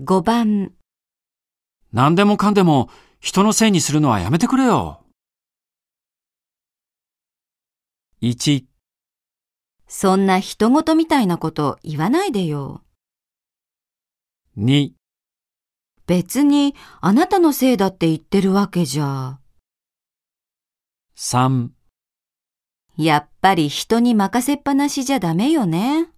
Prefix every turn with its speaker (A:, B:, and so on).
A: 5番、
B: 何でもかんでも人のせいにするのはやめてくれよ。1、
A: そんな人事みたいなこと言わないでよ。
B: 2、
A: 別にあなたのせいだって言ってるわけじゃ。
B: 3
A: やっぱり人に任せっぱなしじゃダメよね。